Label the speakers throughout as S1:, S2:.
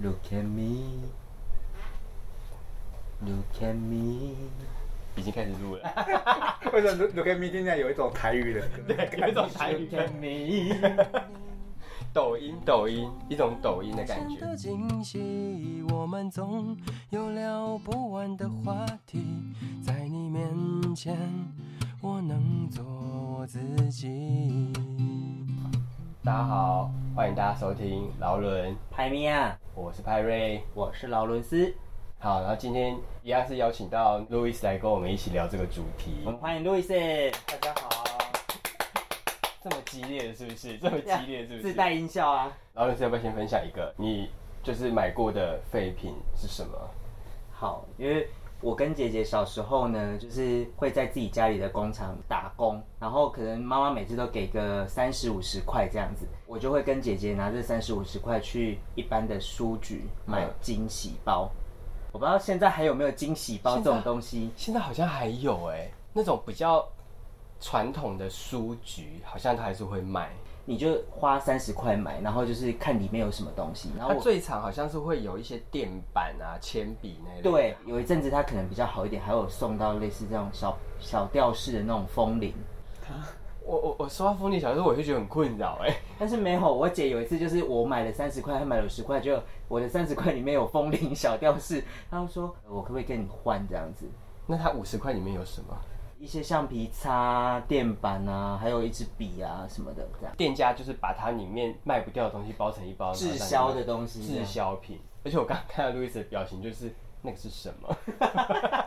S1: Look at me, look at me。
S2: 已经开始录 了，
S3: 为什么 Look at me 听起来有一种台语的？
S2: 有一种台语
S1: Look at me。
S2: 抖音抖音一种抖音的感觉。
S4: 的惊喜，我们总有聊不完的话题，在你面前，我能做我自己。
S2: 大家好，欢迎大家收听劳伦，
S1: 派米亚，
S2: 我是派瑞。
S1: 啊我是劳伦斯，
S2: 好，然后今天一样是邀请到路易斯来跟我们一起聊这个主题
S1: 我。们欢迎路易斯。
S3: 大家好，
S2: 这么激烈是不 是？这么激烈是不
S1: 自
S2: 是？
S1: 带音效啊！
S2: 劳伦斯要不要先分享一个你就是买过的废品是什么？
S1: 好，因为我跟姐姐小时候呢，就是会在自己家里的工厂打工，然后可能妈妈每次都给个三十五十块这样子，我就会跟姐姐拿这三十五十块去一般的书局买
S2: 嗯
S1: 惊喜包。我不知道现在还有没有惊喜包这
S2: 现在
S1: 种东西，
S2: 现在好像还有哎、那种比较传统的书局，好像他还是会卖。
S1: 你就花三十块买，然后就是看里面有什么东西，然后
S2: 它
S1: 我。
S2: 最常好像是会有一些垫板啊、铅笔那类的。
S1: 对，有一阵子它可能比较好一点，还有送到类似这种小小吊饰的那种风铃，
S2: 我我我收到风铃小时候，我就觉得很困扰哎、
S1: 但是没有，我姐有一次就是我买了三十块，她买了十块，就我的三十块里面有风铃小吊饰，她就说呃我可不可以跟你换这样子？
S2: 那它五十块里面有什么？
S1: 一些橡皮擦、垫板啊，还有一支笔啊什么的，这样
S2: 店家就是把它里面卖不掉的东西包成一包，
S1: 滞销的东西，
S2: 滞销品。而且我刚刚看到路易斯的表情，就是那个是什么？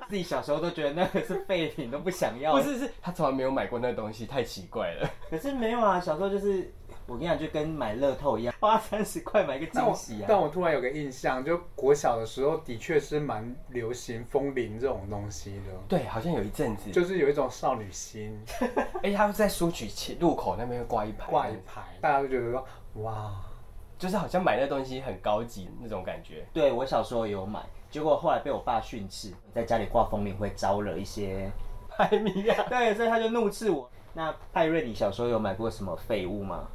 S1: 自己小时候都觉得那个是废品，都不想要。
S2: 不，是，是他从来没有买过那个东西，太奇怪了。
S1: 可是没有啊，小时候就是我跟你讲，就跟买乐透一样，花三十块买一个
S3: 但
S1: 惊
S3: 我
S1: 喜
S3: 但
S1: 啊。
S3: 我突然有个印象，就国小的时候的确是蛮流行风铃这种东西的，
S2: 对，好像有一阵子，
S3: 就是有一种少女心
S2: 而哎且他会在书局前路口那边会挂一排，
S3: 挂一排，大家都觉得说哇，
S2: 就是好像买那东西很高级那种感觉。
S1: 对我小时候有买，结果后来被我爸训斥，在家里挂风铃会招惹一 些
S2: 排名啊！
S1: 对，所以他就怒斥我。那派瑞，你小时候有买过什么废物吗？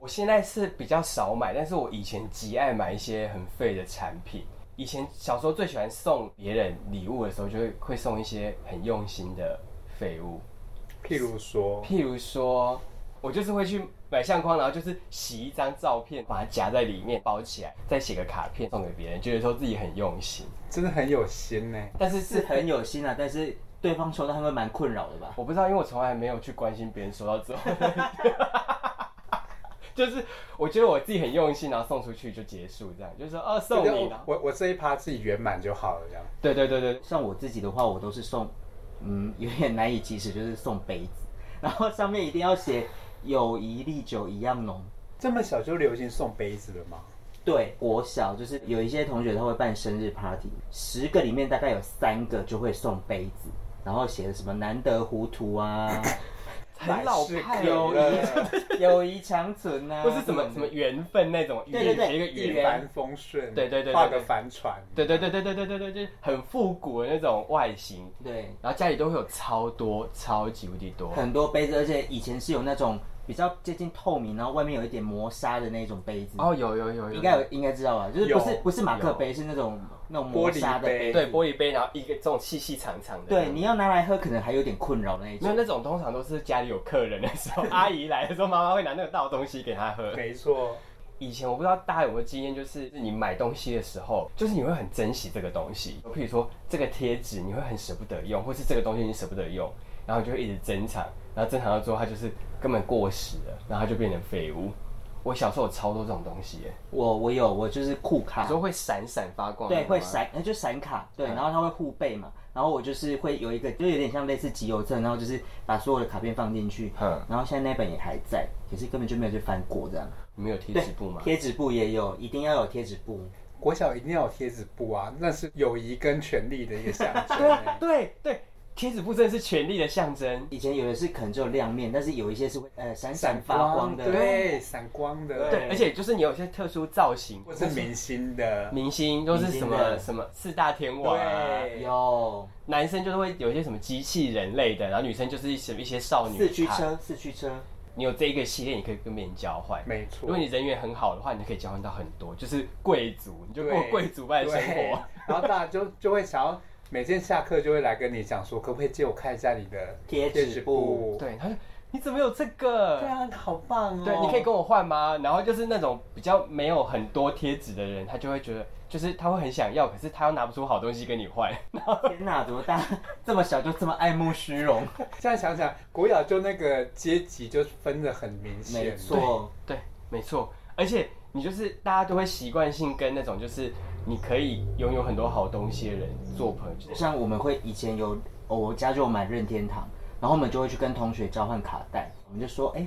S2: 我现在是比较少买，但是我以前极爱买一些很废的产品。以前小时候最喜欢送别人礼物的时候，就会会送一些很用心的废物，
S3: 譬如说，
S2: 譬如说，我就是会去买相框，然后就是洗一张照片，把它夹在里面包起来，再写个卡片送给别人，觉得说自己很用心。
S3: 真的很有心呢、
S2: 但是
S1: 是
S2: 是
S1: 很有心啊，但是对方收到他会蛮困扰的吧？
S2: 我不知道，因为我从来没有去关心别人收到之后的， 就是我觉得我自己很用心，然后送出去就结束，这样就是说哦送你
S3: 我
S2: 了，
S3: 我我这一趴自己圆满就好了，这样。
S2: 对对对对，
S1: 像我自己的话，我都是送，嗯，有点难以启齿，就是送杯子，然后上面一定要写“友谊历久一样浓”。
S3: 这么小就流行送杯子了吗？
S1: 对，国小就是有一些同学他会办生日 party，十个里面大概有三个就会送杯子，然后写的什么难得糊涂 啊，
S2: 很老派
S3: 百事可
S2: 哦
S1: 友
S3: 乐，
S1: 谊友谊长存啊，
S2: 不是什么什么缘分那种，
S1: 对对对
S2: 一个
S1: 一
S2: 缘
S1: 元，
S3: 帆风顺，
S2: 对对对对
S3: 画个帆船，
S2: 对对对对对对对对，就是很复古的那种外形，
S1: 对。
S2: 然后家里都会有超多，超级无敌多，
S1: 很多杯子，而且以前是有那种比较接近透明，然后外面有一点磨砂的那种杯子。
S2: 哦有有有有，
S1: 应该有，应该知道吧？就是不是
S3: 有
S1: 不是马克杯，是那种那种磨砂的
S3: 玻璃杯
S1: 杯。
S2: 对玻璃杯，然后一个这种细细长长的，
S1: 对，你要拿来喝，可能还有点困扰的那一
S2: 没有
S1: 种。
S2: 那种通常都是家里有客人的时 候，阿姨来的时候，妈妈会拿那个倒东西给她喝，
S3: 没错，
S2: 以前我不知道大家有没有经验，就是你买东西的时候，就是你会很珍惜这个东西。譬如说这个贴纸，你会很舍不得用，或是这个东西你舍不得用，然后你就会一直珍藏，然后珍藏到最后它就是根本过时了，然后它就变成废物。我小时候有超多这种东西耶，
S1: 我我有，我就是酷
S2: 你
S1: 卡，
S2: 说会闪闪发光的吗，嗯
S1: 对，会闪，呃那就闪卡，对，然后它会互背嘛。然后我就是会有一个，就有点像类似集邮证，然后就是把所有的卡片放进去。
S2: 嗯
S1: 然后现在那本也还在，可是根本就没有去翻过这样。
S2: 你们有贴
S1: 对
S2: 纸布吗？
S1: 贴纸布也有，一定要有贴纸布。
S3: 国小一定要有贴纸布啊，那是友谊跟权力的一个象征、
S2: 对啊，对对，贴纸布真的是权力的象征。
S1: 以前有的是可能只有亮面，但是有一些是会呃闪闪
S3: 闪
S1: 发光的。
S3: 对，闪光的，
S2: 对，而且就是你有一些特殊造型，
S3: 或是明星的，
S2: 明星都是什
S1: 明星
S2: 么
S1: 的
S2: 什么四大天王啊，
S3: 对
S1: 有
S2: 男生就是会有一些什么机器人类的，然后女生就是一些一些少女
S1: 四驱
S2: 派，
S1: 车，四驱车，
S2: 你有这一个系列，你可以跟别人交换。
S3: 没
S2: 如
S3: 错
S2: 果。你人缘很好的话，你就可以交换到很多，就是贵族，你就过
S3: 对
S2: 贵族般的生
S3: 对
S2: 活。
S3: 然后大家就就会想要每天下课就会来跟你讲说，可不可以借我看一下你的
S1: 贴纸
S3: 布？
S2: 对，他说你怎么有这个？
S3: 对啊，好棒哦！
S2: 对，你可以跟我换吗？然后就是那种比较没有很多贴纸的人，他就会觉得，就是他会很想要，可是他又拿不出好东西跟你换。
S1: 天哪，怎么大 这么小就这么爱慕虚 荣？
S3: 现在想想，国小就那个阶级就分得很明显，
S1: 没错，
S2: 对，没错。而且你就是大家都会习惯性跟那种就是你可以拥有很多好东西的人做朋友。
S1: 就像我们会以前有，哦、我家就有买任天堂，然后我们就会去跟同学交换卡带，我们就说，哎、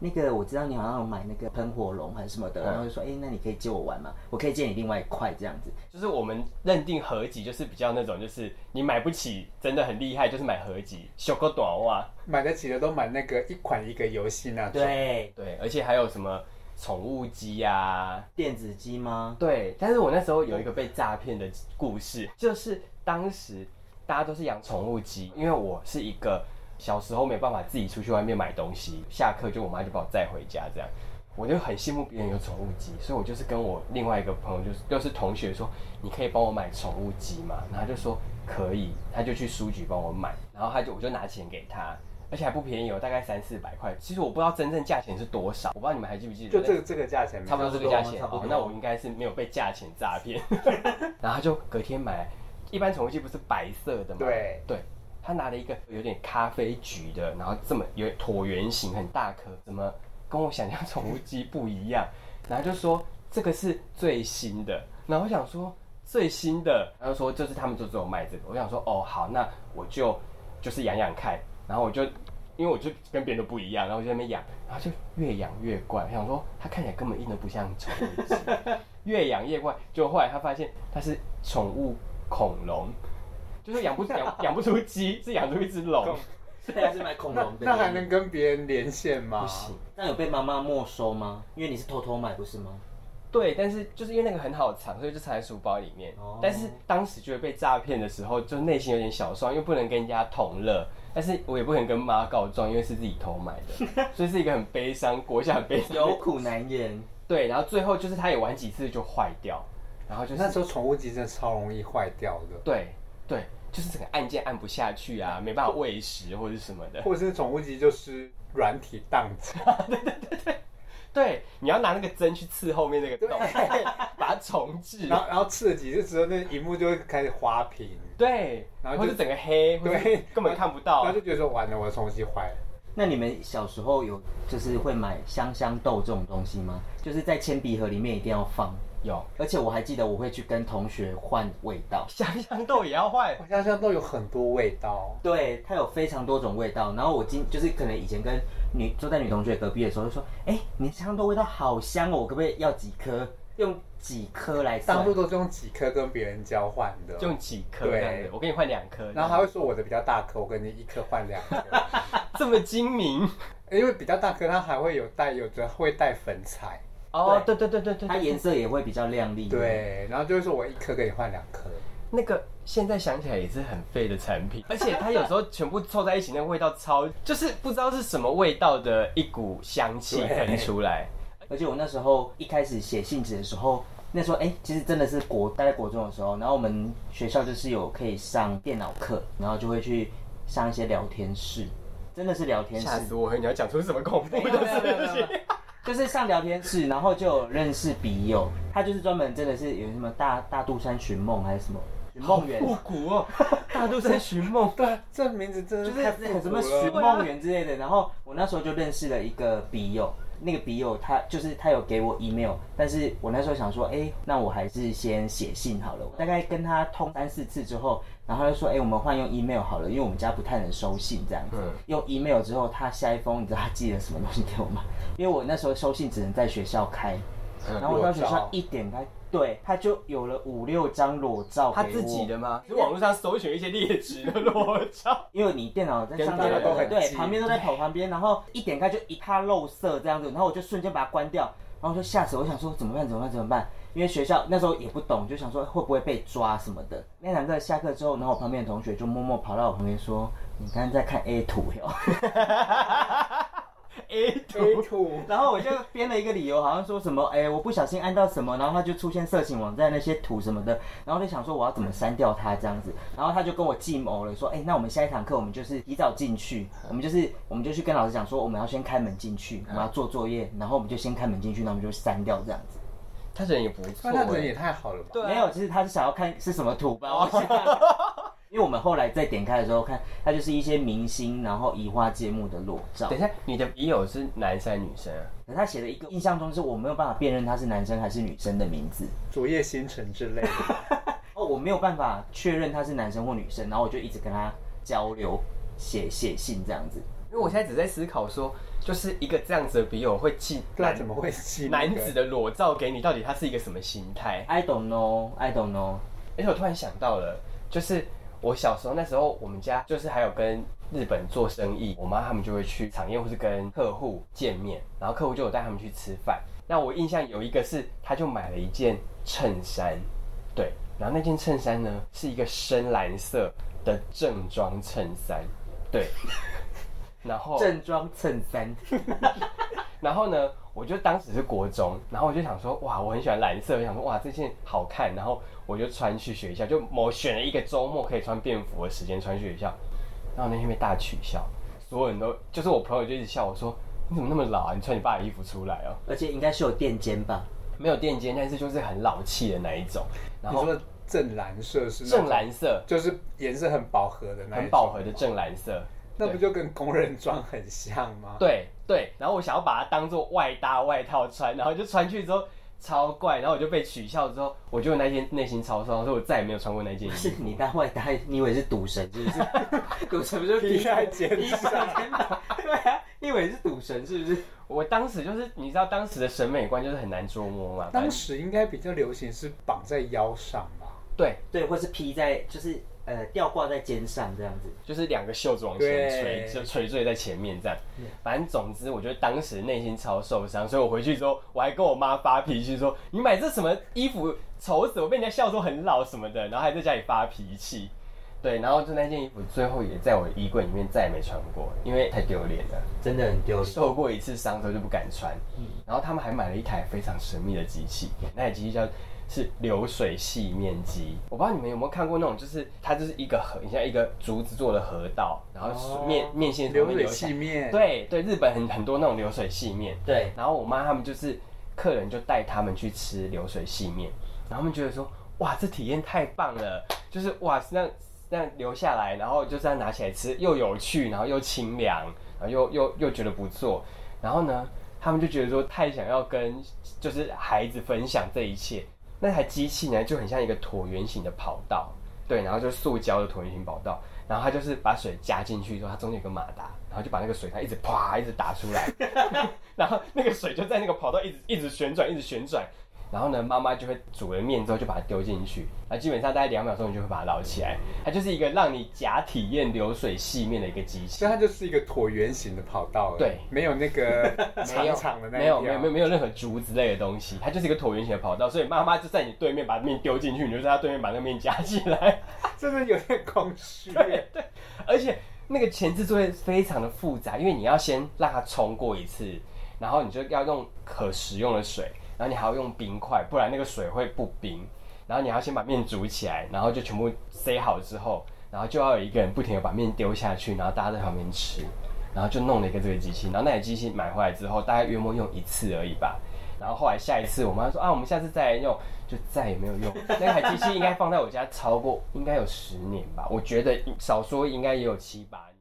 S1: 那个我知道你好像有买那个喷火龙还是什么的，
S2: 嗯
S1: 然后就说，哎、那你可以借我玩吗？我可以借你另外一块这样子。
S2: 就是我们认定合集，就是比较那种，就是你买不起，真的很厉害，就是买合集，小个短袜。
S3: 买得起的都买那个一款一个游戏那种。
S1: 对，
S2: 对，而且还有什么宠物啊鸡呀、
S1: 电子机吗？
S2: 对，但是我那时候有一个被诈骗的故事，就是当时大家都是养宠物鸡，因为我是一个小时候没有办法自己出去外面买东西，下课就我妈就把我载回家这样。我就很羡慕别人有宠物鸡，所以我就是跟我另外一个朋友，就是又是同学说，你可以帮我买宠物鸡嘛？然后他就说可以，他就去书局帮我买，然后他就我就拿钱给他，而且还不便宜哦，大概三四百块。其实我不知道真正价钱是多少，我不知道你们还记不记得？
S3: 就这个这个价钱没
S2: 差不多这个价钱，
S1: 差不多
S2: 哦那我应该是没有被价钱 诈骗。然后他就隔天买来，一般宠物鸡不是白色的吗？
S3: 对
S2: 他拿了一个有点咖啡橘的，然后这么有椭圆形，很大颗，怎么跟我想象宠物鸡不一样？ 然后就说这个是最新的，然后我想说最新的，他就说就是他们就只有卖这个，我想说哦好，那我就就是养养看，然后我就因为我就跟别人都不一样，然后我就在那边养，然后就越养越怪，我想说它看起来根本一点都不像宠物鸡，啊越养越怪，就后来他发现它是宠物恐龙。就是养不养 养不出鸡，是养出一只龙，
S1: 现在是买恐
S3: 那
S1: 龙的，
S3: 那还能跟别人连线吗？
S2: 不行。。
S1: 那有被妈妈没收吗？因为你是偷偷买不是吗？
S2: 对，但是就是因为那个很好藏，所以就藏在书包里面。
S1: 哦
S2: 但是当时觉得被诈骗的时候，就内心有点小酸，又不能跟人家同乐，但是我也不能跟妈告状，因为是自己偷买 的，所以是一个很悲伤，国下很悲伤。
S1: 有 苦难言。
S2: 对，然后最后就是他也玩几次就坏掉，然后就是
S3: 那时候宠物鸡真的超容易坏掉的，
S2: 对对，就是整个按键按不下去啊，没办法喂食或者是什么的。
S3: 或者是宠物鸡就是软体宕机，
S2: 对，你要拿那个针去刺后面那个洞， 把它重置。
S3: 然后然后刺了几次之后，那荧幕就会开始花屏，
S2: 对，然
S3: 然后
S2: 后
S3: 就
S2: 就整个黑，
S3: 对
S2: 或是根本看不到
S3: 然后。就觉得说完了，我的宠物鸡坏了。
S1: 那你们小时候有就是会买香香豆这种东西吗？就是在铅笔盒里面一定要放，
S2: 有
S1: 而且我还记得我会去跟同学换味道，
S2: 香香豆也要换，
S3: 我香香豆有很多味道，
S1: 对，它有非常多种味道。然后我今就是可能以前跟女坐在女同学隔壁的时候，就说：“哎、你香香豆味道好香哦，我可不可以要几颗？用几颗来算
S3: 当初都是用几颗跟别人交换的，
S2: 就用几颗
S3: 对
S2: 这样子，我给你换两颗，
S3: 然后他会说我的比较大颗，我跟你一颗换两颗，
S2: 这么 精明
S3: 因为比较大颗它还会有带，有的会带粉彩，
S2: 哦，对对对对对，
S1: 它
S2: 对
S1: 颜色也会比较亮丽。，
S3: 对，然后就会说我一颗跟你换两颗，
S2: 那个现在想起来也是很废的产品，而且它有时候全部凑在一起，那个味道超，就是不知道是什么味道的一股香气
S3: 对
S2: 喷出来，
S1: 而且我那时候一开始写信纸的时候，那时候哎、其实真的是国大概国中的时候，然后我们学校就是有可以上电脑课，然后就会去上一些聊天室，真的是聊天室
S2: 吓，死我了！你要讲出什么恐怖
S1: 没有没有没有
S2: 的事
S1: 没有
S2: 情？
S1: 就是上聊天室，然后就有认识笔友，他就是专门真的是有什么大大肚山寻梦还是什么寻梦 园，
S2: 复古哦，大肚山寻梦，
S3: 对，啊这名字真
S1: 就
S3: 的
S1: 是
S3: 太复
S1: 有什
S3: 古
S1: 么
S3: 了
S1: 寻梦园之类的。然后我那时候就认识了一个笔友，那个笔友他就是他有给我 email，但是我那时候想说，哎、那我还是先写信好了。我大概跟他通三四次之后，然后他就说，哎、我们换用 email 好了，因为我们家不太能收信这样子。
S2: 嗯
S1: 用 email 之后，他下一封你知道他寄了什么东西给我吗？因为我那时候收信只能在学校开，
S2: 嗯
S1: 然后我到学
S3: 裸
S1: 校
S3: 照
S1: 一点开，对，他就有了五六张裸照
S2: 他
S1: 给
S2: 自己
S1: 我
S2: 的吗？是网络上搜寻一些劣质的裸照，
S1: 因为你电脑在上
S2: 跟
S1: 面
S2: 电脑都
S1: 对
S3: 很
S1: 对，
S3: 近
S1: 旁边都在跑旁边，然后一点开就一怕漏色这样子，然后我就瞬间把它关掉，然后就吓死我，我想说怎么办怎么办怎么办？因为学校那时候也不懂，就想说会不会被抓什么的。那堂课下课之后，然后我旁边的同学就默默跑到我旁边说：“你刚刚在看 A 图哟。”
S2: A
S3: 黑
S2: 图，
S3: 土，
S1: 然后我就编了一个理由，好像说什么，哎、我不小心按到什么，然后它就出现色情网站那些图什么的，然后就想说我要怎么删掉它这样子，然后他就跟我计谋了，说，哎、那我们下一堂课我们就是提早进去，我们就是我们就去跟老师讲说，我们要先开门进去，我们要做作业，然后我们就先开门进去，那我们就删掉这样子。
S2: 他人也不错、
S3: 那他人也
S2: 欸，
S3: 太好了吧？
S2: 对啊
S1: 没有，其实他是想要看是什么图吧，我想。因为我们后来再点开的时候看，它就是一些明星，然后移花接木的裸照
S2: 等。一下，你的笔友是男生还是女生啊？
S1: 可他写的一个印象中是我没有办法辨认他是男生还是女生的名字。
S3: 昨夜星辰之类的，
S1: 哦，我没有办法确认他是男生或女生，然后我就一直跟他交流，写写信这样子。
S2: 因为我现在只在思考说，就是一个这样子的笔友会寄
S3: 那
S2: 男
S3: 啊怎么会吸那个
S2: 男子？的裸照给你，到底他是一个什么心态？
S1: I don't know, I don't know。
S2: 而且我突然想到了，就是我小时候那时候，我们家就是还有跟日本做生意，我妈他们就会去产业或是跟客户见面，然后客户就有带他们去吃饭。那我印象有一个是，他就买了一件衬衫，对，然后那件衬衫呢是一个深蓝色的正装衬衫，对， 然后
S1: 正装衬衫，
S2: 然后呢，我就当时是国中，然后我就想说，哇，我很喜欢蓝色，我想说，哇，这件好看，然后我就穿去学校，就某选了一个周末可以穿便服的时间穿去学校，然后那天被大取笑，所有人都就是我朋友就一直笑我说，你怎么那么老啊？你穿你爸的衣服出来哦，
S1: 而且应该是有垫肩吧？
S2: 没有垫肩，但是就是很老气的那一种，然
S3: 你
S2: 后
S3: 说正蓝色是那种
S2: 正蓝色，
S3: 就是颜色很饱和的那一种
S2: 很饱和的，正蓝色，
S3: 那不就跟工人装很像吗？
S2: 对对，然后我想要把它当做外搭外套穿，然后就穿去之后超怪，然后我就被取笑之后，我就那天内心超伤，所以我再也没有穿过那件衣
S1: 不
S2: 服
S1: 是。你大外搭，你以为是赌神是不是？ 赌神不是
S3: 披在肩
S1: 披在肩膀？ 对啊，你以为是赌神是不是？
S2: 我当时就是你知道当时的审美观就是很难捉摸嘛，反
S3: 当
S2: 正
S3: 时应该比较流行是绑在腰上吧？
S2: 对，
S1: 对，或是披在就是呃吊挂在肩上这样子。
S2: 就是两个袖子往前垂，
S3: 对
S2: 就垂坠在前面这样。反正总之，我觉得当时内心超受伤，所以我回去之后，我还跟我妈发脾气说：“你买这什么衣服，丑死我！”被人家笑说很老什么的，然后还在家里发脾气。对，然后就那件衣服最后也在我的衣柜里面再也没穿过，因为太丢脸了。
S1: 真的很丢脸。
S2: 受过一次伤之后就不敢穿。
S3: 嗯
S2: 然后他们还买了一台非常神秘的机器，那台机器叫是流水细面机。我不知道你们有没有看过那种，就是它就是一个河，你像一个竹子做的河道，然后
S3: 哦
S2: 面、面线
S3: 流水
S2: 细
S3: 细。面，，
S2: 对对，日本很很多那种流水细面。
S1: 对，
S2: 然后我妈他们就是客人就带他们去吃流水细面，然后他们觉得说，哇，这体验太棒了，就是哇，那那留下来，然后就这样拿起来吃，又有趣，然后又清凉，然后又又又觉得不错，然后呢，他们就觉得说太想要跟就是孩子分享这一切，那台机器呢就很像一个椭圆形的跑道，对，然后就是塑胶的椭圆形跑道。然后它就是把水加进去之后，它中间有个马达，然后就把那个水它一直啪一直打出来， 然后那个水就在那个跑道一直一直旋转，一直旋转。然后呢，妈妈就会煮了面之后就把它丢进去，那基本上大概两秒钟你就会把它捞起来。它就是一个让你假体验流水细面的一个机器
S3: 所以，它就是一个椭圆形的跑道，
S2: 对，
S3: 没有那个
S2: 没有
S3: 长长的那一
S2: 没有没有
S3: 条
S2: 没有没有任何竹之类的东西，它就是一个椭圆形的跑道，所以妈妈就在你对面把面丢进去，你就在她对面把那个面夹起来。
S3: 真的有点空虚。
S2: 而且那个前置作业非常的复杂，因为你要先让它冲过一次，然后你就要用可食用的水，然后你还要用冰块，不然那个水会不冰。然后你还要先把面煮起来，然后就全部塞好之后，然后就要有一个人不停的把面丢下去，然后大家在旁边吃，然后就弄了一个这个机器。然后那台机器买回来之后，大概约莫用一次而已吧。然后后来下一次，我妈说啊，我们下次再来用，就再也没有用。那台机器应该放在我家超过应该有十年吧，我觉得少说应该也有七八年。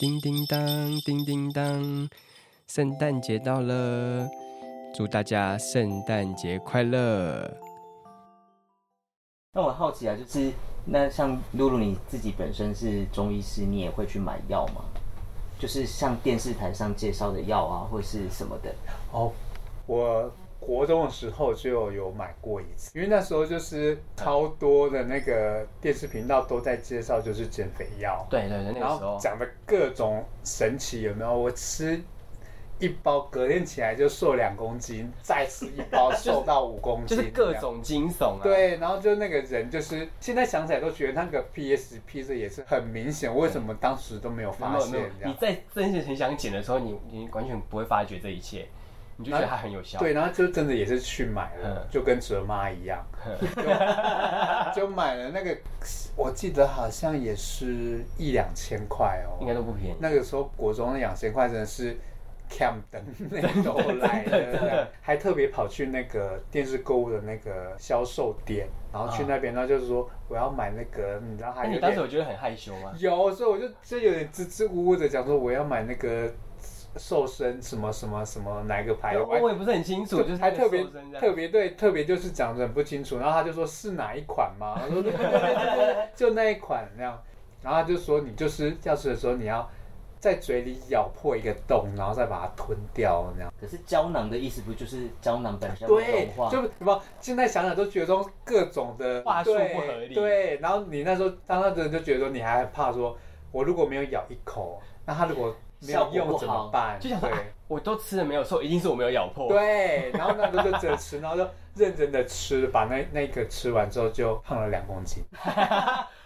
S4: 叮叮当，叮叮当，圣诞节到了，祝大家圣诞节快乐！
S1: 那我好奇啊，就是那像露露你自己本身是中医师，你也会去买药吗？就是像电视台上介绍的药啊，或是什么的。
S3: 哦，我国中的时候就有买过一次，因为那时候就是超多的那个电视频道都在介绍就是减肥药，
S2: 对对对，那
S3: 然
S2: 个时
S3: 后
S2: 候
S3: 讲的各种神奇有没有？我吃一包，隔天起来就瘦两公斤，再吃一包瘦到五 公
S2: 就
S3: 斤，
S2: 是各种惊悚啊。，
S3: 对，然后就那个人，就是现在想起来都觉得那个 PSP 这也是很明显，为什么当时都没有
S2: 没
S3: 发
S2: 有
S3: 现
S2: 没有，
S3: 这
S2: 你
S3: 样？
S2: 在真的很想剪的时候，你你完全不会发觉这一切，你就觉得它很有效。
S3: 对，然后就真的也是去买了
S2: 嗯，
S3: 就跟哲妈一样，就就买了那个，我记得好像也是一两千块
S2: 应
S3: 哦。
S2: 该都不便宜。
S3: 那个时候国中那两千块真的是 cam 灯那都来了，这样还特别跑去那个电视购物的那个销售店，然后去那边，然后就是说我要买那个，你知道
S2: 那
S3: 还有
S2: 嗯哎你
S3: 点
S2: 当时有觉得很害羞吗？
S3: 有，所以我就就有点支支吾吾的讲说我要买那个瘦身什么什么什么哪一个牌，
S2: 我我也不是很清楚，就是
S3: 哎还
S2: 那个
S3: 特别
S2: 瘦身这样
S3: 特别对特别就是讲的很不清楚，然后他就说是哪一款嘛，我说对对对对对 对，就那一款那样，然后他就说你就是要吃的时候你要在嘴里咬破一个洞，然后再把它吞掉那样。
S1: 可是胶囊的意思不就是胶囊本身会
S3: 对
S1: 融，化？
S3: 就什么现在想想都觉得说各种的
S2: 话术
S3: 对
S2: 不合理
S3: 对，然后你那时候当时就觉得说你还很怕说，我如果没有咬一口，那它如果没有
S1: 效果不
S3: 用
S1: 好
S3: 怎么办？
S2: 就想说
S3: 对
S2: 啊我都吃了没有瘦，一定是我没有咬破。，
S3: 对，啊然后那时候就真的吃，然后就认真的吃，把那那个吃完之后就胖了两公斤。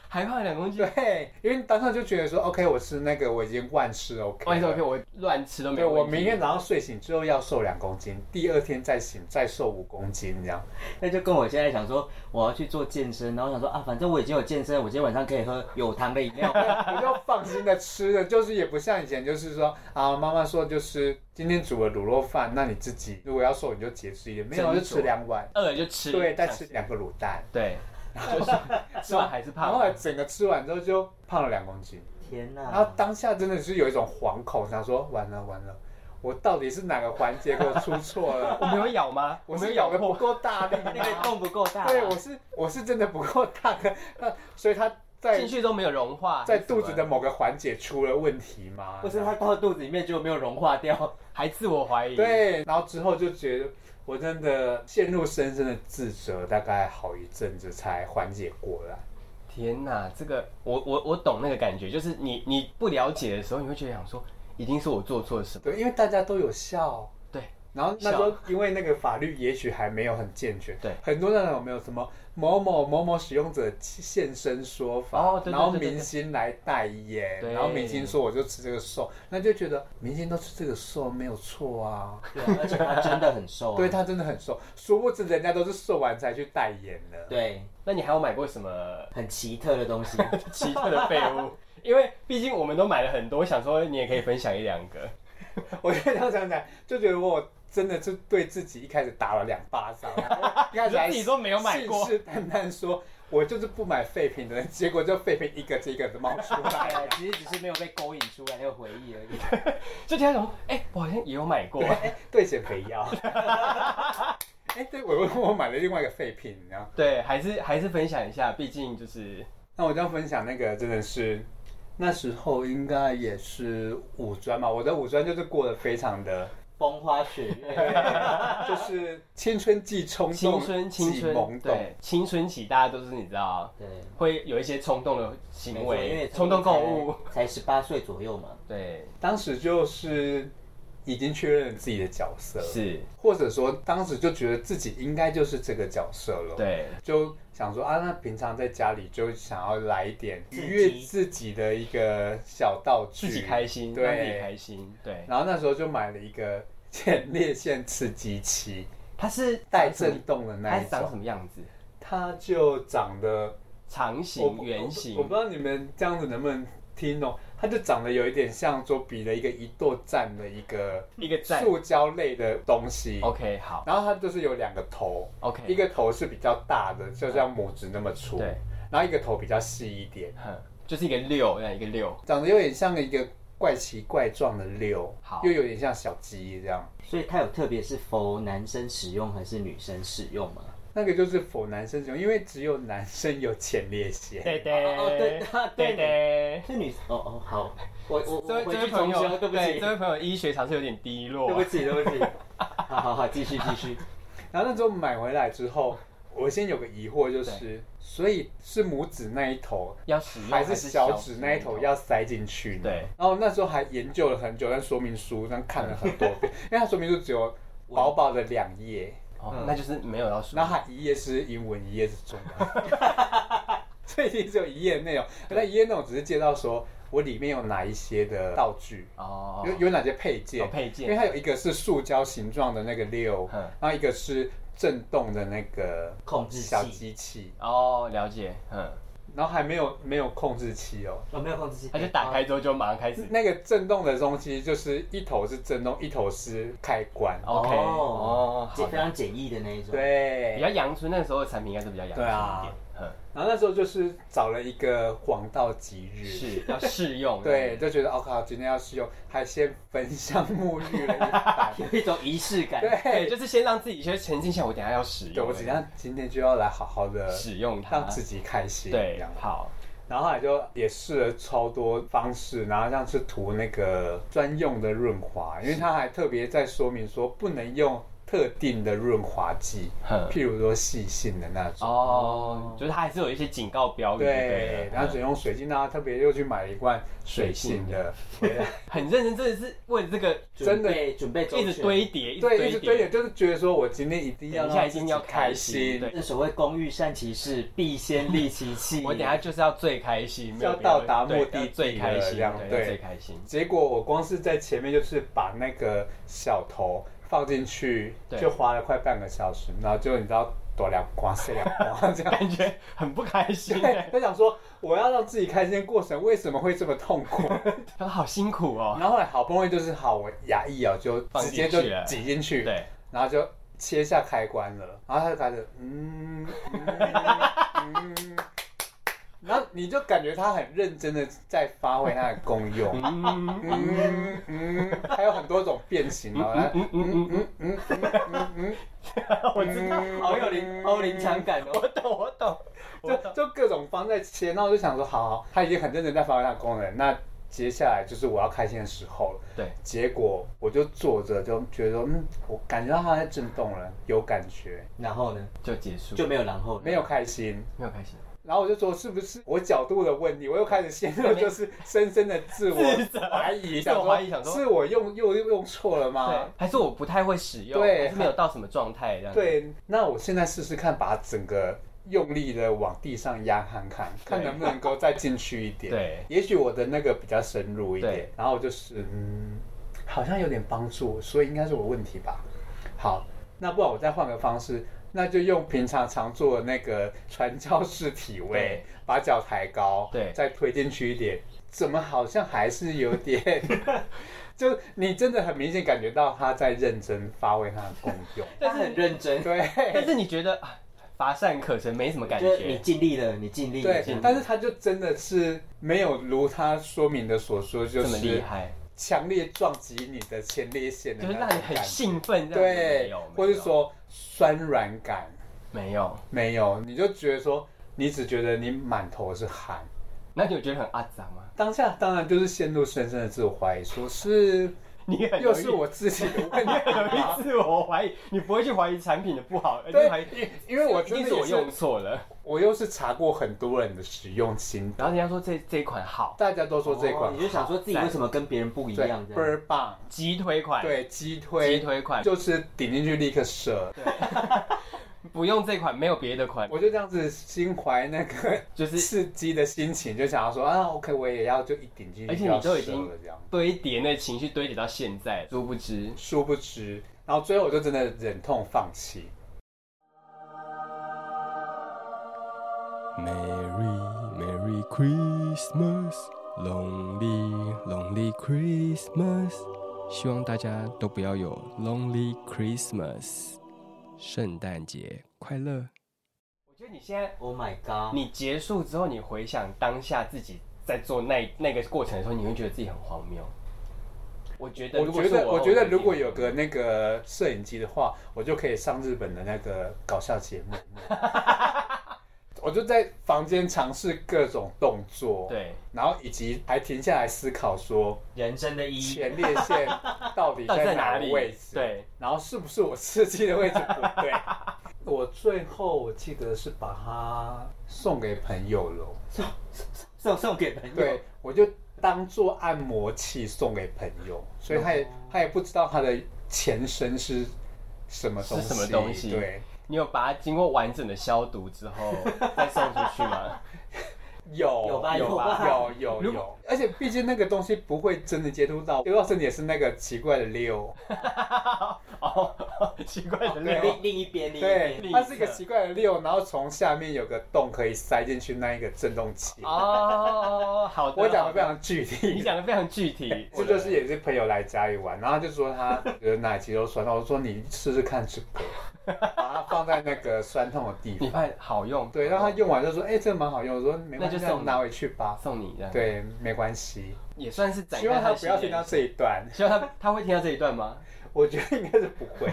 S2: 还胖了两公斤。
S3: 对，因为当时就觉得说，OK，我吃那个我已经万事 OK，
S2: 万一
S3: 了
S2: OK，我乱吃都没
S3: 对
S2: 有
S3: 我
S2: 问题。
S3: 明天早上睡醒之后要瘦两公斤，第二天再醒再瘦五公斤 这样。
S1: 那就跟我现在想说我要去做健身，然后想说啊，反正我已经有健身，我今天晚上可以喝有糖的饮料。
S3: 我就放心的吃了，就是也不像以前，就是说啊，妈妈说就是今天煮了卤肉饭，那你自己如果要瘦你就节制一点，没有
S2: 斟酌
S3: 就吃两碗，
S2: 饿了就吃，
S3: 对，再吃两个卤蛋，
S2: 对，就是吃完还是
S3: 然
S2: 胖
S3: 后后来。整个吃完之后就胖了两公斤，
S1: 天哪、
S3: 然后当下真的是有一种惶恐，想说完了完了，我到底是哪个环节给我出错
S2: 我
S3: 了？
S2: 没有咬吗？
S3: 我
S2: 没有
S3: 是
S2: 咬
S3: 咬的不
S2: 破。
S3: 够大力吗？
S1: 那个洞不够大、
S3: 对，我是我是真的不够大个，那所以他在
S2: 进去都没有融化，
S3: 在肚子的某个环节出了问题吗？
S1: 不是它到肚子里面就没有融化掉。
S2: 还自我怀疑。，
S3: 对，然后之后就觉得我真的陷入深深的自责，大概好一阵子才缓解过来。
S2: 天哪，这个我我我懂那个感觉，就是你你不了解的时候，你会觉得想说，一定是我做错了什么。
S3: 对，因为大家都有笑，
S2: 对，
S3: 然后那时候因为那个法律也许还没有很健全，
S2: 对
S3: 很多那种没有什么某某某某使用者现身说法，
S2: 哦对对
S3: 然后
S2: 对对
S3: 明星来代言，
S2: 对
S3: 然后明星说我就吃这个瘦，那就觉得明星都吃这个瘦没有错啊，
S1: 对啊，而且它真的很
S2: 哦
S1: 瘦、啊。
S3: 对他真的很瘦，殊不知人家都是瘦完才去代言的，
S1: 对，
S2: 那你还有买过什么
S1: 很奇特的东西。
S2: 奇特的废物？因为毕竟我们都买了很多，我想说你也可以分享一两 个。
S3: 我现在想想，就觉得我真的是对自己一开始打了两巴掌，一开始 还
S2: 你说没有买过
S3: 信誓旦旦说我就是不买废品的人，结果就废品一个接一个 的冒出来了。
S1: 其实只是没有被勾引出来那个回忆而已。
S2: 就听他讲，哎、我好像也有买过。
S3: 哎，对减肥药。哎，对，我我买了另外一个废品，然后
S2: 对，还是还是分享一下，毕竟就是
S3: 那我就要分享那个真的是。那时候应该也是五专嘛，我的五专就是过得非 常的，
S1: 风花雪月，
S3: 对就是青春既冲动，
S2: 青 春青
S3: 既
S2: 春
S3: 懵懂，
S2: 对青春期，大家都是你知道
S1: 对，
S2: 会有一些冲动的
S1: 没
S2: 行
S1: 错因为
S2: 为，冲动购物。
S1: 才十八岁左右嘛。
S2: 对，
S3: 当时就是已经确认了自己的角色，
S2: 是，
S3: 或者说当时就觉得自己应该就是这个角色了，，
S2: 对，
S3: 就想说啊，那平常在家里就想要来一点愉悦自己的一个小道具，
S2: 自己开心，让自己
S3: 对。
S2: 开心。对，
S3: 然后那时候就买了一个前列腺刺激器，
S2: 它是
S3: 带震，动的那
S2: 它
S3: 一
S2: 是长什
S3: 种，
S2: 么样子？
S3: 它就长得
S2: 长
S3: 我
S2: 形、
S3: 不
S2: 圆
S3: 我不
S2: 形
S3: 知，道你们这样子能不能听懂，它就长得有一点像桌比了一个一跺站的一个
S2: 一个站。
S3: 塑胶类的东西。
S2: OK，好
S3: 然后它就是有两个头，
S2: ，OK，
S3: 一个头是比较大的，就像拇指那么粗，
S2: 对，
S3: 然后一个头比较细一点，
S2: 哼，就是一个六，这样一个六，
S3: 长得有点像一个怪奇怪状的六，
S2: 好
S3: 又有点像小鸡这样。
S1: 所以它有特别是否男生使用还是女生使用嘛？
S3: 那个就是否男生使用，因为只有男生有前列腺。
S2: 对对，
S1: 哦对啊对
S2: 对对。
S1: 是女哦哦好，我我
S2: 这位
S1: 我
S2: 这
S1: 回
S2: 位
S1: 去
S2: 朋
S1: 重
S2: 友，
S1: 修，对不起
S2: 这位朋友医学常识有点低落，啊
S1: 对不起对不起。好好好，继续继续。
S3: 然后那时候买回来之后，我先有个疑惑，就是所以是拇指那一头
S2: 要使用
S3: 还是小
S2: 指
S3: 指那一头要塞进去呢？
S2: 对。
S3: 然后那时候还研究了很久，但说明书但看了很多 遍，因为它说明书只有薄薄的两页，
S2: 哦
S1: 嗯，
S2: 那就是没有要输
S3: 然后它一页是英文，一页是中文， 所以其实只有一页的内容。哦那一页内容只是介绍说我里面有哪一些的道具，
S2: 哦，
S3: 有有哪些配件，
S2: 有配件
S3: 因为它有一个是塑胶形状的那个六，
S2: 嗯
S3: 然后一个是震动的那个
S1: 控制器
S3: 小机器，
S2: 哦，了解，嗯，
S3: 然后还没有没有控制器哦。
S1: 我没有控制器，
S2: 他就打开之后就马上开始
S3: 那个震动的东西就是一头是震动，一头是开关。
S1: 哦
S2: ，OK，哦，好
S1: 简非
S2: 的，
S1: 常简易的那一种。，
S3: 对
S2: 比，较阳春，那时候的产品应该是比较阳春
S3: 对啊
S2: 一点，嗯，
S3: 然后那时候就是找了一个黄道吉日，
S2: 是要试用，
S3: 对，，就觉得哦靠，今天要试用，还先焚香沐浴了 一番。
S1: 有一种仪式感。
S2: 对，
S3: 对，
S2: 就是先让自己先沉浸下，我等一下要使
S3: 对
S2: 用，
S3: 我怎样今天就要来好好的
S2: 使用它，
S3: 让自己开心，这
S2: 对
S3: 样，
S2: 好，
S3: 然后后来就也试了超多方式，然后像是涂那个专用的润滑，因为它还特别在说明说不能用特定的润滑剂，
S2: 嗯，
S3: 譬如说细性的那种。
S2: 哦，就是它还是有一些警告标语，
S3: 对
S2: 哦对，，
S3: 然后只
S2: 嗯
S3: 用水晶，然后特别又去买了一罐水性的，回来
S2: 很认真，真的是为了这个
S1: 准
S3: 真的
S1: 备准备周
S2: 一直
S1: 全
S2: 堆叠，
S3: 对，一直堆
S2: 叠
S3: 叠，，就是觉得说我今天一定要
S2: 等一下
S3: 让
S2: 一
S3: 自
S2: 定
S3: 己
S2: 要
S3: 开
S2: 开心对
S1: 正所谓工欲善其事，必先利其器。
S2: 我等一下就是要最开心，没有
S3: 要
S2: 别的
S3: 到达
S2: 对
S3: 目的
S2: 要最
S3: 地
S2: 开
S3: 了
S2: 心，
S3: 这样
S2: 对，
S3: 对
S2: 要最开心，
S3: 结果我光是在前面就是把那个小头放进去，
S2: 对
S3: 就花了快半个小时，然后就你知道多两光塞两光这样。
S2: 感觉很不开心，
S3: 对，他想说我要让自己开心的过程为什么会这么痛 苦？
S2: 他说好辛苦哦，
S3: 然后后来好不容易就是好，我牙一咬就直接就挤进去，
S2: 对，
S3: 然后就切下开关了，然后他就开始嗯嗯 嗯，然后你就感觉他很认真的在发挥它的功 用，
S2: 嗯，
S3: 嗯嗯，还有很多种变形哦，嗯嗯嗯嗯嗯嗯嗯，我知道，
S1: 好有临好有临场感哦。
S2: 我懂，我懂，我
S3: 就
S2: 懂，
S3: 就各种方在切，然后我就想说，好好，他已经很认真在发挥他的功能，那接下来就是我要开心的时候了。
S2: 对，
S3: 结果我就坐着，就觉得说嗯，我感觉到它在震动了，有感觉，
S1: 然后呢，
S2: 就结束，
S1: 就没有然后了。
S3: 没有开心。
S2: 没有开心，
S3: 然后我就说，是不是我角度的问题？我又开始陷入就是深深的自我
S2: 自责
S3: 怀疑，
S2: 自
S3: 想
S2: 我怀疑想
S3: 说
S2: 说
S3: 是我用又又用错了吗
S2: 对？，还是我不太会使用，
S3: 啊对
S2: 还是没有到什么状态这样，，
S3: 对，那我现在试试看，把整个用力的往地上压看看，看能不能够再进去一点。
S2: 对
S3: 也许我的那个比较深入一点
S2: 对，
S3: 然后我就是嗯，好像有点帮助，所以应该是我问题吧。好，那不然我再换个方式，那就用平常常做的那个传教士体位
S2: 对，
S3: 把脚抬高，
S2: 对
S3: 再推进去一点，怎么好像还是有 点，就你真的很明显感觉到他在认真发挥他的功用。
S1: 他很认真，
S3: 对，
S2: 但是你觉得啊乏善可陈，没什么感
S1: 就是你
S2: 觉，
S1: 尽力了，你尽力了。
S3: 对，但是他就真的是没有如他说明的所说，就
S2: 这么厉
S3: 是
S2: 害，
S3: 强烈撞击你的前列腺的
S2: 就是
S3: 那
S2: 让
S3: 种
S2: 你很
S3: 感觉
S2: 兴奋，这样子没
S3: 对
S2: 有，，
S3: 或
S2: 没
S3: 是
S2: 有
S3: 说酸软感
S2: 没有，
S3: 没有，你就觉得说你只觉得你满头是汗，
S2: 那你有觉得很阿杂吗？
S3: 当下当然就是陷入深深的自我怀疑，说是
S2: 你很容
S3: 又
S2: 易
S3: 是我自己的 问
S2: 你
S3: 题
S2: 很容
S3: 吗
S2: 易自我怀疑，你不会去怀疑产品的不好，而
S3: 对
S2: 且怀疑
S3: 因因为我
S2: 一
S3: 真
S2: 定
S3: 的
S2: 是我
S3: 也
S2: 用
S3: 是，
S2: 错了。
S3: 我又是查过很多人的使用心得，
S2: 然后人家说这这一款好，
S3: 大家都说这款
S1: 哦你就想说自己为什么跟别人不一
S3: 对
S1: 样？这
S3: 倍
S1: 样
S3: 儿棒，
S2: 鸡推款，，
S3: 对鸡
S2: 鸡
S3: 推
S2: 推款
S3: 就是顶进去立刻射，
S2: 不用这款没有别的款，
S3: 我就这样子心怀那个
S2: 就是
S3: 刺激的心情，就想要说啊，OK，我也要就一顶进去，
S2: 而且你都已
S3: 就要
S2: 经
S3: 射了这样。
S2: 堆叠那情绪堆叠到现在，殊不知
S3: 殊不知，然后最后我就真的忍痛放弃。
S4: Merry Merry Christmas, Lonely Lonely Christmas。希望大家都不要有 Lonely Christmas。圣诞节快乐！
S2: 我觉得你现在
S1: ，Oh my god！
S2: 你结束之后，你回想当下自己在做那那个过程的时候，你会觉得自己很荒谬。我觉得，
S3: 我
S2: 如果
S3: 觉
S2: 是
S3: 得，我觉得
S2: 会
S3: 如果有
S2: 觉得
S3: 个那个摄影机的话，我就可以上日本的那个搞笑节 目。我就在房间尝试各种动作，，
S2: 对
S3: 然后以及还停下来思考说
S1: 人生的意义，
S3: 前列腺到底
S2: 到底在
S3: 哪
S2: 哪
S3: 个
S2: 里
S3: 位置，
S2: 对，
S3: 然后是不是我刺激的位置不对， 我最后我记得是把它送给朋友了，
S1: 送送给朋友。
S3: 对，我就当做按摩器送给朋友，所以他
S2: 哦
S3: 也、他也不知道它的前身是什么东西，
S2: 是什么东西
S3: 对，
S2: 你有把它经过完整的消毒之 后再送出去吗？
S3: 有
S1: 有吧
S3: 有
S1: 有吧
S3: 有有
S2: 如
S3: 有，而且毕竟那个东西不会真的接触到，丢到身体也是那个奇怪的溜，
S2: 哦，奇怪的
S1: 另
S2: 嘞，
S1: 另另一边，另一
S3: 对
S1: 边，
S3: 它是一个奇怪的溜，然后从下面有个洞可以塞进去那一个震动器。
S2: 哦，好的，
S3: 我讲的非
S2: 好
S3: 常具
S2: 你
S3: 体，
S2: 讲的非常具体，
S3: 这就是也是朋友来家里玩，然后他就说他觉得哪肌肉酸痛，我说你试试看这 个，把它放在那个酸痛的地
S2: 你
S3: 方，
S2: 看好用，
S3: 对，让他用完就说，哎、这个蛮好用，我说没关系，
S2: 那就送你
S3: 拿回去吧，
S2: 送你这样，，
S3: 对，没关系，
S2: 也算是展
S3: 希
S2: 开
S3: 望
S2: 他
S3: 他
S2: 的
S3: 不要
S2: 心
S3: 听
S2: 眼
S3: 到这一段。
S2: 希望他他会听到这一段吗？
S3: 我觉得应该是不 会，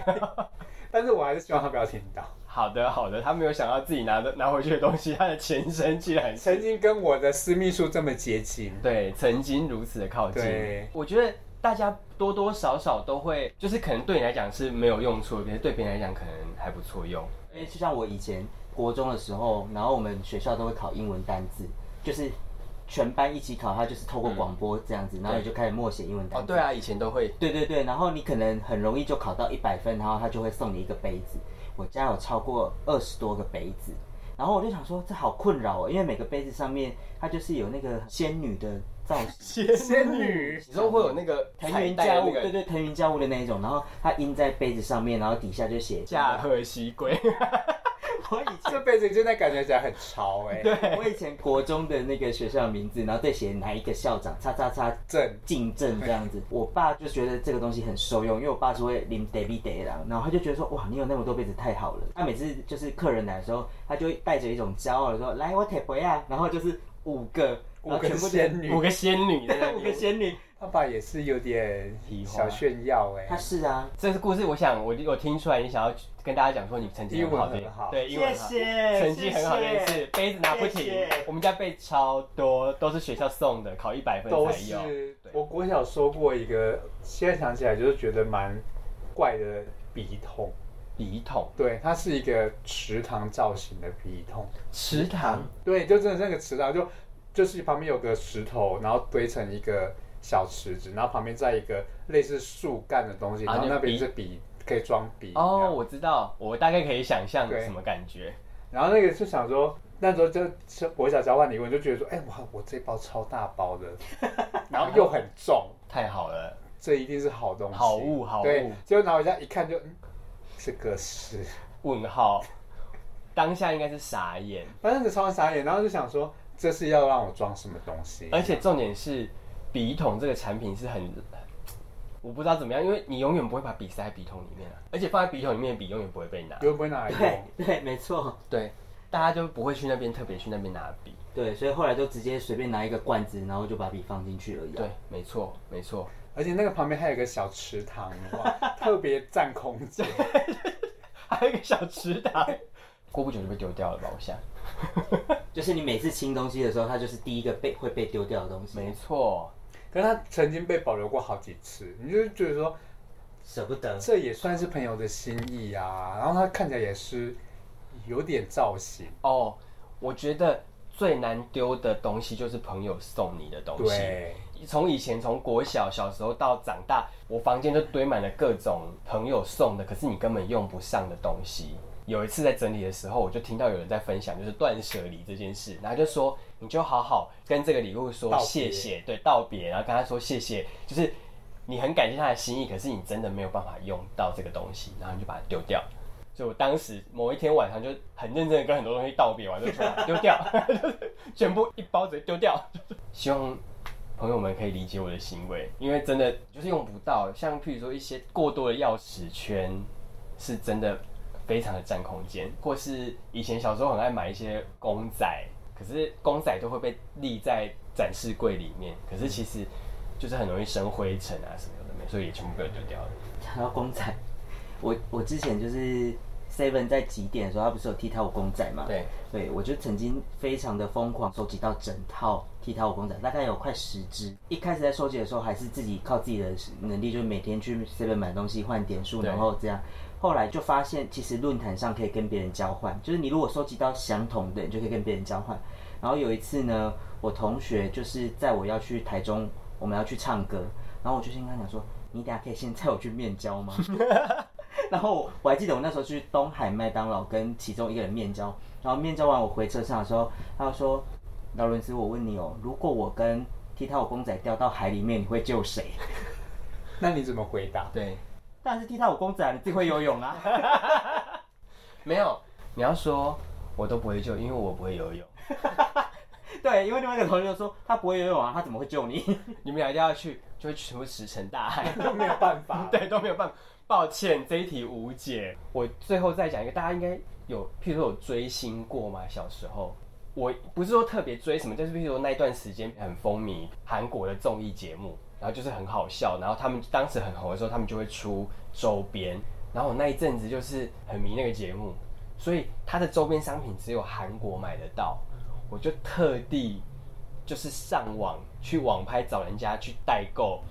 S3: 但是我还是希望他不要听到。
S2: 好的，好的，他没有想到自己拿的拿回去的东西，他的前身竟然是
S3: 曾经跟我的私密处这么接近，
S2: 对曾经如此的靠近
S3: 对。
S2: 我觉得大家多多少少都会，就是可能对你来讲是没有用处的，可是对别人来讲可能还不错用。
S1: 因为就像我以前国中的时候，然后我们学校都会考英文单字，就是全班一起考，它就是透过广播这样子，
S2: 嗯
S1: 然后你就开始默写英文
S2: 哦
S1: 单，字。
S2: 对啊，以前都会
S1: 对对对，然后你可能很容易就考到一百分，然后他就会送你一个杯子。我家有超过二十多个杯子，然后我就想说这好困扰哦，因为每个杯子上面它就是有那个仙女的造型，
S2: 仙
S3: 仙女
S2: 你说会有那个
S1: 腾
S2: 彩
S1: 云
S2: 带
S1: 教
S2: 的
S1: 舞，
S2: 那
S1: 对
S2: 个
S1: 对，腾云教舞的那一种，然后它印在杯子上面，然后底下就 写
S2: 驾鹤西归，
S1: 我以
S3: 这辈子真的感觉起来很潮哎、欸，
S1: 前我以前国中的那个学校的名字，然后再写哪一个校长，叉叉叉
S3: 正
S1: 进正这样子。我爸就觉得这个东西很受用，因为我爸是会领 David Day 啦，然后他就觉得说，哇，你有那么多杯子太好了。他每次就是客人来的时候，他就会带着一种骄傲的说，来我铁杯啊，然后就是五个，然
S3: 五
S1: 后
S3: 个
S1: 全部都
S3: 仙女
S2: 五，个仙女在 那
S1: 五个
S2: 边。
S1: 仙女，
S3: 爸爸也是有点
S2: 提花
S3: 小炫耀哎、
S1: 他是啊，
S2: 这个故事，我想我我听出来，你想要跟大家讲说你成绩很好的，
S3: 英文很好
S2: 对，英文很好。
S1: 谢
S2: 成绩很好的一
S1: 谢谢
S2: 次，杯子拿不
S1: 谢
S2: 停
S1: 谢。
S2: 我们家被超多，都是学校送的，考一百分
S3: 都
S2: 才有。
S3: 是
S2: 对
S3: 我国小收过一个，现在想起来就是觉得蛮怪的笔筒，
S2: 笔筒、
S3: 对，它是一个池塘造型的笔筒，
S2: 池塘，
S3: 对，就真的是那个池塘就就是旁边有个石头，然后堆成一个小池子，然后旁边再一个类似树干的东西，
S2: 啊
S3: 然后那边
S2: 那
S3: 是笔，可以装笔这
S2: 哦，
S3: 样
S2: 我知道，我大概可以想象
S3: 对
S2: 什么感觉。
S3: 然后那个就想说，那时候就我想交换礼物，就觉得说，哎、哇，我这包超大包的，然后又很重，
S2: 太好了，
S3: 这一定是好东西，
S2: 好物好物
S3: 对，结果拿回家一看就，嗯，这个是，
S2: 问号，当下应该是傻眼，
S3: 反正就超傻眼，然后就想说，这是要让我装什么东西？
S2: 而且重点是，笔筒这个产品是很。我不知道怎么样，因为你永远不会把笔塞在笔筒里面啊，而且放在笔筒里面的笔永远不会被拿。
S3: 又不会拿来
S1: 对
S3: 用，
S1: 对，没错。
S2: 对，大家就不会去那边特别去那边拿笔。
S1: 对，所以后来就直接随便拿一个罐子，然后就把笔放进去而已、啊。
S2: 对，没错，没错。
S3: 而且那个旁边还有一个小池塘，哇， 特别占空 间。
S2: 还有一个小池塘，过不久就被丢掉了吧？我想。
S1: 就是你每次清东西的时候，它就是第一个被会被丢掉的东西，
S2: 没错，
S3: 可是它曾经被保留过好几次，你就觉得说，
S1: 舍不得。
S3: 这也算是朋友的心意啊。然后它看起来也是有点造型。
S2: 哦，我觉得最难丢的东西就是朋友送你的东西。
S3: 对，
S2: 从以前从国小小时候到长大，我房间就堆满了各种朋友送的，可是你根本用不上的东西。有一次在整理的时候，我就听到有人在分享就是断舍离这件事，然后就说你就好好跟这个礼物说
S3: 道别
S2: 谢谢，对，道别，然后跟他说谢谢，就是你很感谢他的心意，可是你真的没有办法用到这个东西，然后你就把它丢掉。所以我当时某一天晚上就很认真的跟很多东西道别完，就全部丢掉， 就是全部一包直接丢掉。希望朋友们可以理解我的行为，因为真的就是用不到，像譬如说一些过多的钥匙圈，是真的非常的占空间，或是以前小时候很爱买一些公仔，可是公仔都会被立在展示柜里面，可是其实就是很容易生灰尘啊什么有的没，所以也全部被我丢掉了。
S1: 讲到公仔，我我之前就是 Seven 在几点的时候，他不是有踢踏舞公仔嘛？
S2: 对，
S1: 对，我就曾经非常的疯狂收集到整套踢踏舞公仔，大概有快十只。一开始在收集的时候，还是自己靠自己的能力，就是每天去 Seven 买东西换点数，
S2: 对
S1: 然后这样。后来就发现，其实论坛上可以跟别人交换，就是你如果收集到相同的，你就可以跟别人交换。然后有一次呢，我同学就是在我要去台中，我们要去唱歌，然后我就先跟他讲说，你等下可以先载我去面交吗？然后我还记得我那时候去东海麦当劳跟其中一个人面交，然后面交完我回车上的时候，他就说：“劳伦斯，我问你哦，如果我跟踢踏舞公仔掉到海里面，你会救谁
S3: 那你怎么回答？
S2: 对，？”
S1: 当然是踢踏舞公仔啊，你自己会游泳啊。
S2: 没有，你要说我都不会救，因为我不会游泳。
S1: 对，因为另外一个同学就说他不会游泳啊，他怎么会救你？
S2: 你们俩掉下去就会全部石沉大海，，
S3: 都没有办法
S2: 对，都没有办法。抱歉，这一题无解。我最后再讲一个，大家应该有，譬如说有追星过吗？小时候，我不是说特别追什么，就是譬如说那一段时间很风靡韩国的综艺节目，然后就是很好笑，然后他们当时很红的时候，他们就会出周边，然后我那一阵子就是很迷那个节目，所以它的周边商品只有韩国买得到，我就特地就是上网去网拍找人家去代购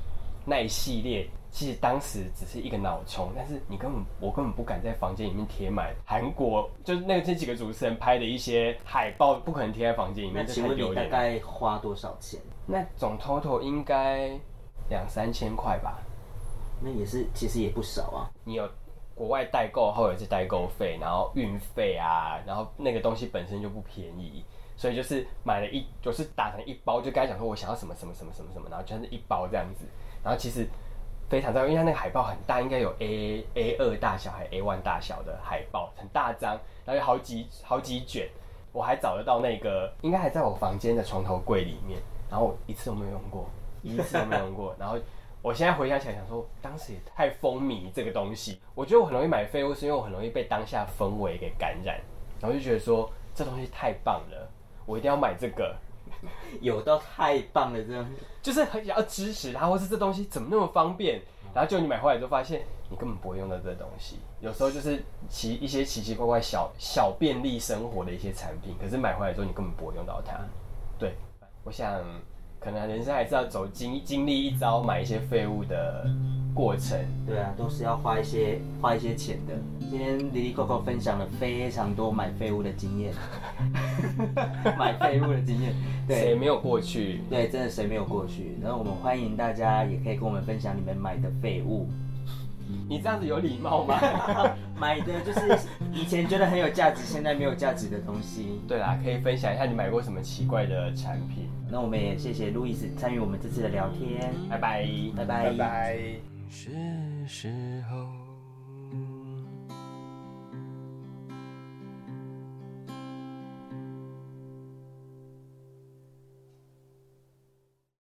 S2: 那一系列。其实当时只是一个脑冲，但是你根本我根本不敢在房间里面贴满韩国，就是那这几个主持人拍的一些海报，不可能贴在房间里
S1: 那
S2: 面，这
S1: 请
S2: 太
S1: 问
S2: 丢
S1: 你大
S2: 脸了。
S1: 概花多少钱？
S2: 那总 total 应该两三千块吧。
S1: 那也是，其实也不少啊。
S2: 你有国外代购后有是代购费，然后运费啊，然后那个东西本身就不便宜，所以就是买了一，就是打成一包，就跟他讲说我想要什么什么什么什么什么，然后就是一包这样子，然后其实非常大，因为它那个海报很大，应该有 A A 二大小还 A one 大小的海报，很大张，然后有好几好几卷，我还找得到那个，应该还在我房间的床头柜里面，然后我一次都没有用过，一次都没有用过，然后。我现在回想起来，想说当时也太风靡这个东西。我觉得我很容易买废物，是因为我很容易被当下氛围给感染，然后就觉得说这东西太棒了，我一定要买这个，
S1: 有到太棒了，这样
S2: 就是很想要支持它，或是这东西怎么那么方便。然后就你买回来之后发现你根本不会用到这东西，有时候就是奇一些奇奇怪怪小小便利生活的一些产品，可是买回来之后你根本不会用到它。对，我想可能人生还是要走经经历一遭买一些废物的过程。
S1: 对啊，都是要花一些花一些钱的。今天 Lily Coco 分享了非常多买废物的经 验，买废物的经验，
S2: 谁
S1: 对
S2: 没有过去？
S1: 对，真的谁没有过去？然后我们欢迎大家也可以跟我们分享你们买的废物，
S2: 你这样子有礼貌吗？
S1: 买的就是 以前觉得很有价值，现在没有价值的东西。
S2: 对啦，可以分享一下你买过什么奇怪的产品。
S1: 那我们也谢谢路易斯参与我们这次的聊天，
S2: 拜拜。
S1: 拜
S3: 拜拜。
S4: 是时候。